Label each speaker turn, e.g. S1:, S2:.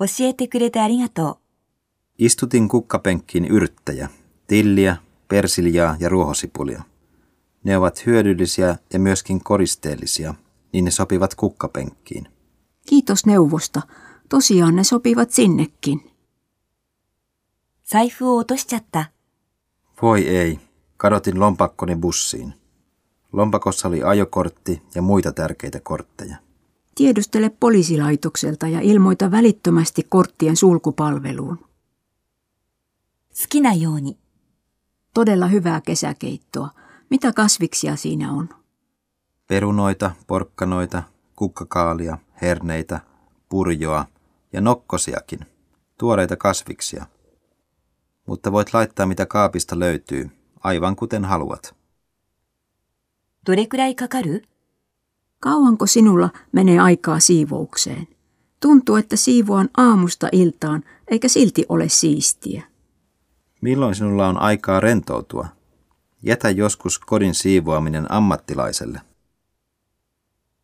S1: 教えてくれてありがとう。
S2: Istutin kukkapenkkiin yrttejä, tilliä, persiljaa ja ruohosipulia. Ne ovat hyödyllisiä ja myöskin koristeellisia, niin ne sopivat kukkapenkkiin.
S3: Kiitos neuvosta. Tosiaan ne sopivat sinnekin.
S1: 財布を落としちゃった。
S2: Voi ei, kadotin lompakkoni bussiin. Lompakossa oli ajokortti ja muita tärkeitä kortteja.
S3: Tiedustele poliisilaitokselta ja ilmoita välittömästi korttien sulkupalveluun.
S1: 好きなように。
S3: Todella hyvää kesäkeittoa. Mitä kasviksia siinä on?
S2: Perunoita, porkkanoita, kukkakaalia, herneitä, purjoa ja nokkosiakin, tuoreita kasviksia. Mutta voit laittaa mitä kaapista löytyy, aivan kuten haluat.
S1: どれくらいかかる
S3: Kauanko sinulla menee aikaa siivoukseen? Tuntuu, että siivoan aamusta iltaan, eikä silti ole siistiä.
S2: Milloin sinulla on aikaa rentoutua? Jätä joskus kodin siivoaminen ammattilaiselle.